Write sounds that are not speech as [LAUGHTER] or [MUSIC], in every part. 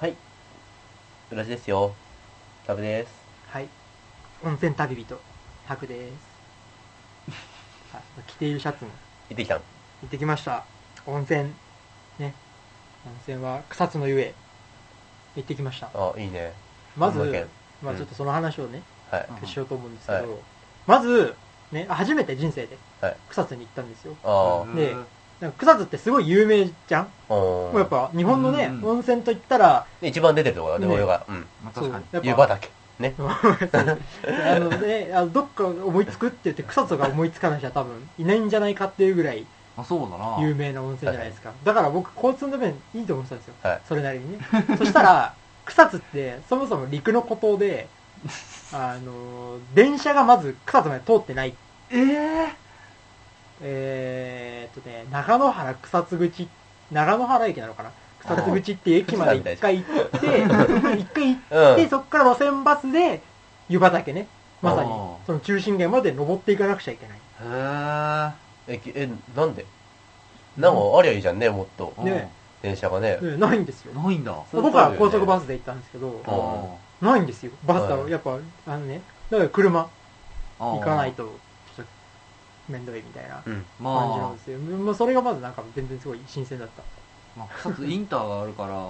はい。ブラジですよ。タブです。はい温泉旅人ハクです [LAUGHS] あ着ているシャツも行ってきたん行ってきました温泉ね温泉は草津の湯へ行ってきましたあ、いいね。まず群馬県まあ、うんちょっとその話をね、はい。うんしようと思うんですけど、はいまず、ね、あ初めて人生ではい草津に行ったんですよ、あうあんでなんか草津ってすごい有名じゃん、うん。もうやっぱ日本のね、うん温泉といったらで一番出てるところだね、ね俺が。うん。まあ、確かに。そう湯やっぱ畑。ね。あのね、あのどっか思いつくって言って草津が思いつかない人は多分いないんじゃないかっていうぐらいあ、そうだな。有名な温泉じゃないですかだから僕交通の便いいと思ってたんですよ、はいそれなりにねそしたら草津ってそもそも陸の孤島であの電車がまず草津まで通ってないえええー、っとね長野原草津口長野原駅なのかな草津口っていう駅まで一回行って一回行っうん。てそこから路線バスで湯畑ねまさにあーその中心街まで登っていかなくちゃいけないへえ。え、きえ、なんでなんかありゃいいじゃんね、もっと。ね電車がね。ねないんですよないんだ。そう僕はそうだよね高速バスで行ったんですけど、あーないんですよバスだろ、はいやっぱあのねだから車行行かない。とちょっと面倒いみたいなうん。感じなまんですよ、もうそれがまずなんか全然すごい新鮮だったあ、まあ、草津インターがあるから、まあ、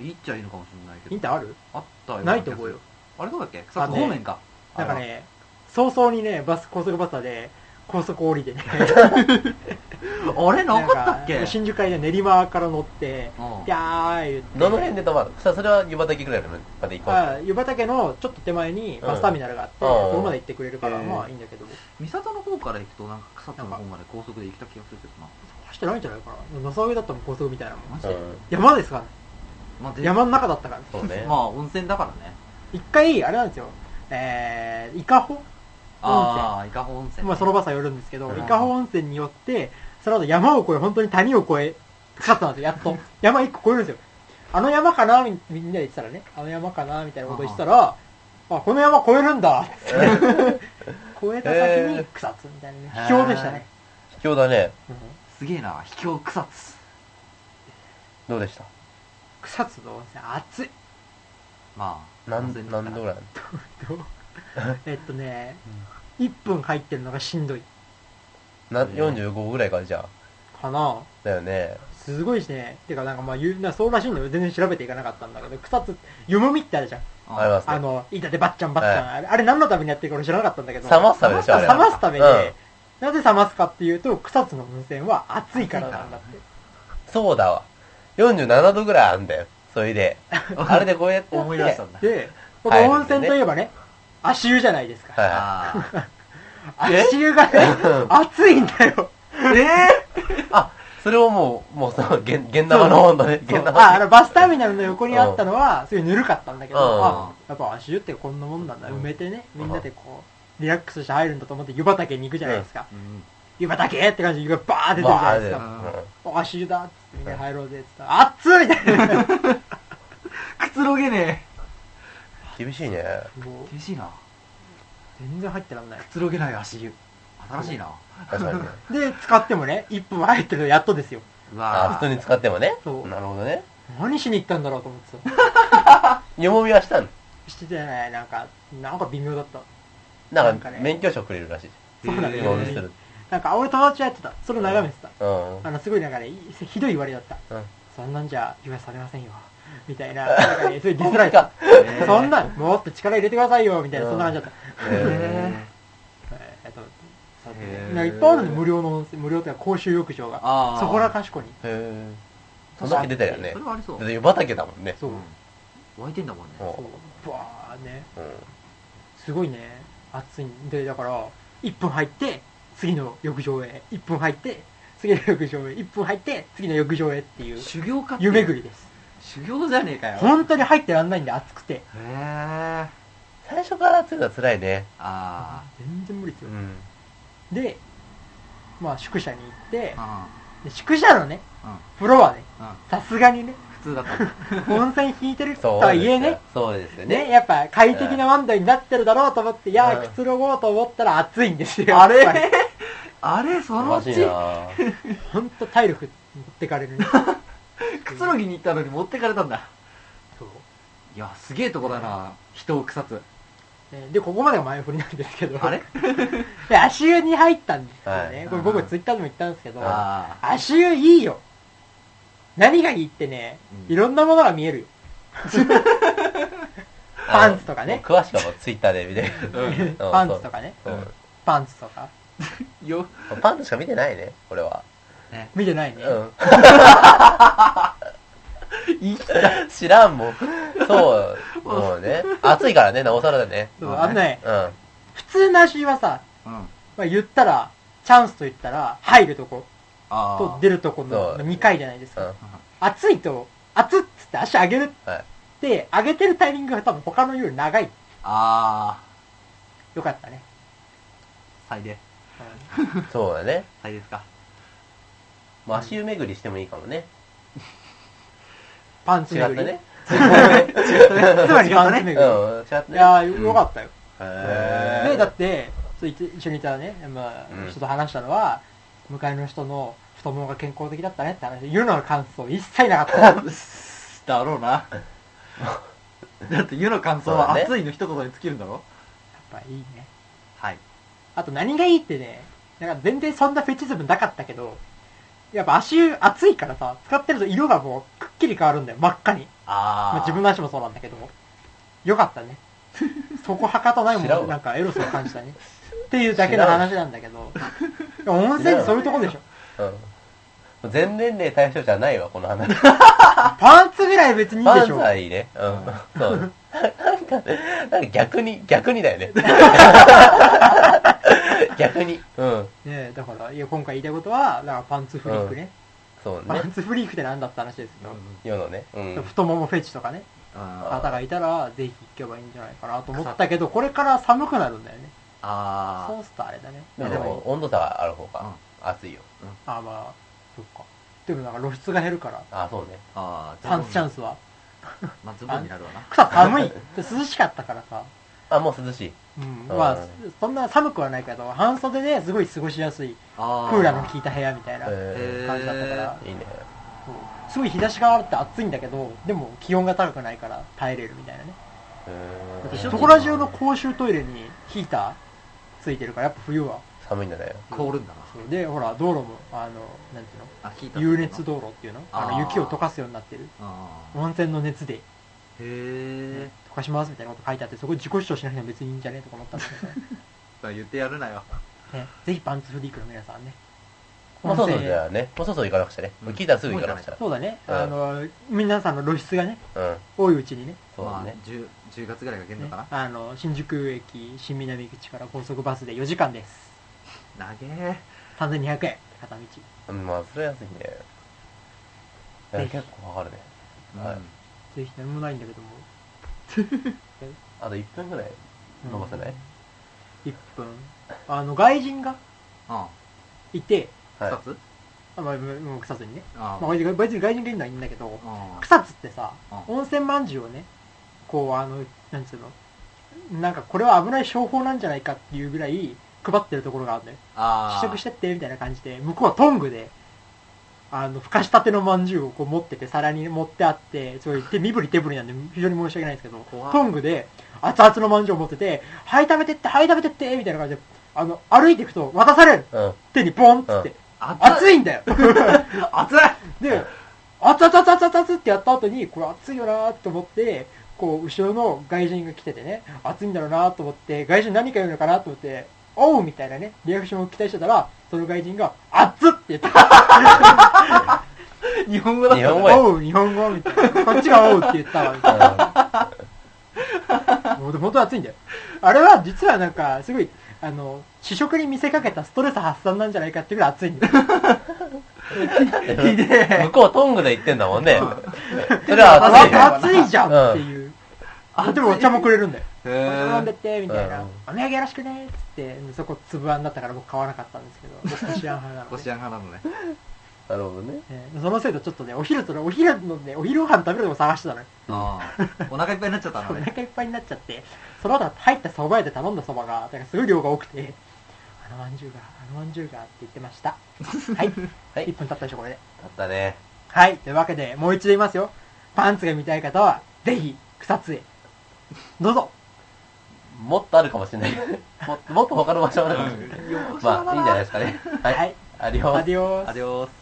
行っちゃいいのかもしれないけど。インターあるあったよ。ないと思うよ。あれどうだっけ草津方面か。なんかね早々にねバス高速バスで高速降りてねあれ。あれ、なかったっけなんか新宿からね練馬から乗ってうんギャー言ってどの辺で止まるさ、それは湯畑ぐらいまで行こう。あ湯畑のちょっと手前にバスターミナルがあって、うんそこまで行ってくれるから、うんまあいいんだけど三郷の方から行くと、なんか草津の方まで高速で行った気がするけどな。走ってないんじゃないかな野沢上だったらもう高速みたいなもんマジうで。ん。山ですからねまあ、で山の中だったからそうねま。あ、温泉だからね。一回あれなんですよえー、伊香保ああ、伊香保温泉。まあその場所は寄るんですけどうん伊香保温泉によってその後山を越え本当に谷を越え使ったんですよやっと山一個越えるんですよあの山かなみみんなで言ってたらねあの山かなみたいなこと言ってたらあこの山越えるんだって [LAUGHS] 越えた先に草津みたいなねへー秘境でしたね、秘境だね。うんすげえな、秘境草津。どうでした草津の温泉暑いまあ、何、温泉だ何から度ぐらいどうえっとね1分入ってるのがしんどいなうん ?45 ぐらいからじゃあ。かなだよね。すごいしね。てか、なんかまあ言う、なそうらしいのよ全然調べていかなかったんだけど、草津、湯もみってあるじゃん。ありますあね。の、板でばっちゃんばっちゃん。あれあれ何のためにやってるか俺知らなかったんだけど。冷ますためでしょ、あれ。冷ますために、うんなぜ冷ますかっていうと、草津の温泉は暑いからなんだって。そうだわ。47度ぐらいあるんだよ。それで。あれでこうやってやって。思い出したんだ。で、僕入るんだよね温泉といえばね、足湯じゃないですか。はあーえ足湯がね、暑いんだよ。い。あ、それをもう、もうその、げん、げん玉の温度ね。そげうん玉ああのバスターミナルの横にあったのは、すごいぬるかったんだけど、うんあやっぱ足湯ってこんなもんなんだ、うん埋めてね、うんみんなでこう、リラックスして入るんだと思って湯畑に行くじゃないですか。うん湯畑って感じで湯がバーって出てるじゃないですバーか。ッまああれだよお足湯だっつってみんなで入ろうぜっつったら、熱っみたいな。くつろげねうん厳しいね。もうえ、厳しいな全然入ってらんないく。つろげない足湯新しいな確かにね。で、使ってもね、1分入ってるのやっとですよ。うあ、わ普通に使ってもね。そうなるほどね。何しに行ったんだろうと思ってた。湯もみはしたのしててね、なんか、なんか微妙だった。ななんんかかね、免許証くれるらしい。そうなんだ湯よもねみする。なんか、俺友達やってた。それを眺めてた。うん。うんあの、すごいなんかね、いひどい言われだった。うんそんなんじゃ、言わされませんよ。みたいな、なんかね、そういうディスられか [LAUGHS] た。。そんなん、もっと力入れてくださいよ、みたいな、うんそんな感じだっえた。えーっとそうですへねなーんかいっぱいあるんで、無料の温泉、無料というか公衆浴場が。あーそこらかしこに。ーへーその時出たよねそ。れはありそだうって湯畑だもんね。そうう。ん湧いてんだもんねうんそう。ぶわーね。うん。すごいね。暑いんで、だから、1分入って、次の浴場へ。1分入って、次の浴場へ。1分入って、次の浴場へっていう、修行かって湯巡りです。修行じゃねえかよ本当に入ってらんないんで、暑くて。へえ最初から暑いのは辛いね。あ全然無理ですうよ。ん。で、まあ宿舎に行ってー、あで宿舎のね、うん風呂はね、うんさすがに [LAUGHS] ね、普通だったね温泉引いてるとそうはですいよえね、。そうですよね。ね、やっぱ快適な温度になってるだろうと思って、いやうんー、くつろごうと思ったら暑いんですよ。あれやっぱりあれそのうおかしちいなほんと体力持ってかれるね。 [LAUGHS] くつろぎに行ったのに持ってかれたんだそういやすげえとこだな人を草津えーで、ここまでが前振りなんですけど。 [LAUGHS] あれで足湯に入ったんですよはねい。これう僕んツイッターでも言ったんですけど、ああ足湯いいよ。何がいいってね、うんいろんなものが見えるよ。パンツとかねもう詳しくはもうツイッターで見てる。 [LAUGHS] うんそうパンツとかね。そううんパンツとか。よパンツしか見てないね、俺は。見てないね。うん。知らんもん。そう、もうね。暑いからね、なおさらだね。そうまあねあのうね、ん。普通の足湯はさ、うんあまあ、言ったら、チャンスと言ったら、入るとこあと出るとこのそう2回じゃないですうかん。。暑いと、暑っつって足上げるはいで、上げてるタイミングが多分他の湯より長い。あよかったね。あ最でうんそうだね。最ですかまあ、足湯巡りしてもいいかもね。パンツ違巡っりた。ね。つまりパンうツ巡り。ん、違ったいね。やー、よかったよ。へーね、だって、そう一一緒にいたね、まあう、ん人と話したのは、向かいの人の太ももが健康的だったねって話、湯の感想一 [LAUGHS] 切なかった。だろうなだって湯の感想は熱いの一言に尽きるんだろやっぱいいね。はいあと何がいいってね、なんか全然そんなフェチズムなかったけど、やっぱ足湯熱いからさ、使ってると色がもうくっきり変わるんだよ、真っ赤に。あまああ、自分の足もそうなんだけど、よ [LAUGHS] かったね。そこはかとないも知らんん、わなんかエロスを感じたね。っていうだけの話なんだけど、いや温泉ってそういうとこでしょ。うん。全年齢対象じゃないわ、この話。パンツぐらい別にいいパでンしツょ。はいいね。うん。そう。なんか、なんか逆に、逆にだよね。逆に。うん。ねえ、だから、いや、今回言いたいことは、だからパンツフリークね。そうパねン。ツフリークって何だった話ですけど、世のね。うん。太ももフェチとかね、あ方がいたら、ぜひ行けばいいんじゃないかなと思ったけど、これから寒くなるんだよね。あそうするとあれだね。でいやも、温度差はある方が暑いよ。あ、まあ、そっか。でもなんか露出が減るから、あ、そうね。ああパンツチャンスは。まあズボンになるわな草寒い。で涼しかったからさ。あ、もう涼しい。うん。うんまあ、そんな寒くはないけど、半袖ですごい過ごしやすい、ククーラーの効いた部屋みたいなえ感じだったから、ーいいね。そうすごい日差しがあって暑いんだけど、でも気温が高くないから耐えれるみたいなね。え一ー緒そこら中の公衆トイレにヒーターついてるから、やっぱ冬は。寒いんだね。凍るんだなそうで、ほら、道路も、あの、なんていうのあ聞い幽熱道路っていうのあのあー雪を溶かすようになってる。ああ温泉の熱でへえ溶かしますみたいなこと書いてあって、そこ自己主張しなくても別にいいんじゃねえとか思ったんだけどね言ってやるなよ [LAUGHS] ね。ぜひパンツフリークの皆さんね。もうそろそろ温じ泉へゃあね、もうそろそろ行かなくちゃね。もう聞いたらすぐ行かなくちゃ。そうだね。うんあの、皆さんの露出がね、うん。多いうちにね。そうだね。まあ、10, 10月ぐらいが限度ねかな、あの、新宿駅、新南口から高速バスで4時間です。長え3200円、片道。うんまあ、それは安いね。いや結構かかるね。はいうんぜひ何もないんだけども。あと1分ぐらい伸ばせない ?1 分。あの、外人があいて、あはい2。つあまあ、もう草津にね。あまあ、別に外人がいるのはいいんだけど、あ草津ってさ、うん温泉まんじゅうをね、こう、あの、なんつうの、なんかこれは危ない商法なんじゃないかっていうぐらい配ってるところがあるんだよ。あ試食しててって、みたいな感じで、向こうはトングで、あの、ふかしたてのまんじゅうをこう持ってて、皿に持ってあって、すごい手、身振り手振りなんで、非常に申し訳ないんですけど怖、いトングで、熱々のまんじゅうを持ってて、はい食べてって、はい食べてって、みたいな感じで、あの、歩いていくと渡されるうん。手にポンっつって、熱いいん [LAUGHS] だよ熱いで、熱々熱々熱々ってやった後に、これ熱いよなーって思って、こう、後ろの外人が来ててね、熱いんだろうなーと思って、外人何か言うのかなと思って、おうみたいなね、リアクションを期待してたら、その外人が、熱っって言った。日本語だった日本語や [LAUGHS] おう、日本語みたいな。こっちがおうって言ったわ、みたいな。もうでも本当に熱いんだよ。あれは実はなんか、すごい、あの、試食に見せかけたストレス発散なんじゃないかっていうぐらい熱いんだよ。ひでえ向こうトングで行ってんだもんね。それは暑いよ。熱いじゃんっていう。あ、でもお茶もくれるんだよ。へお酒飲んでえってみたいな、うんお土産よろしくねっつってそこ粒あんだったから僕買わなかったんですけど僕は知らん派なのこで、しあん派なのねなるほどね。えーそのせいでちょっとねお昼とねお昼のねお昼ご飯食べるのも探してたのよああお腹いっぱいになっちゃったおのね [LAUGHS] 腹いっぱいになっちゃってその後入った蕎麦屋で頼んだ蕎麦がだからすごい量が多くてあのまんじゅうがあのまんじゅうがって言って [LAUGHS] ましたはい、はい1分経ったでしょこれでだったね。はいというわけでもう一度言いますよパンツが見たい方はぜひ草津へどうぞもっとあるかもしれない。ももっと他の場所もあるかもしれない。うんまあ、いいんじゃないですかね。はい。はいありがとうございますアディオスアディオース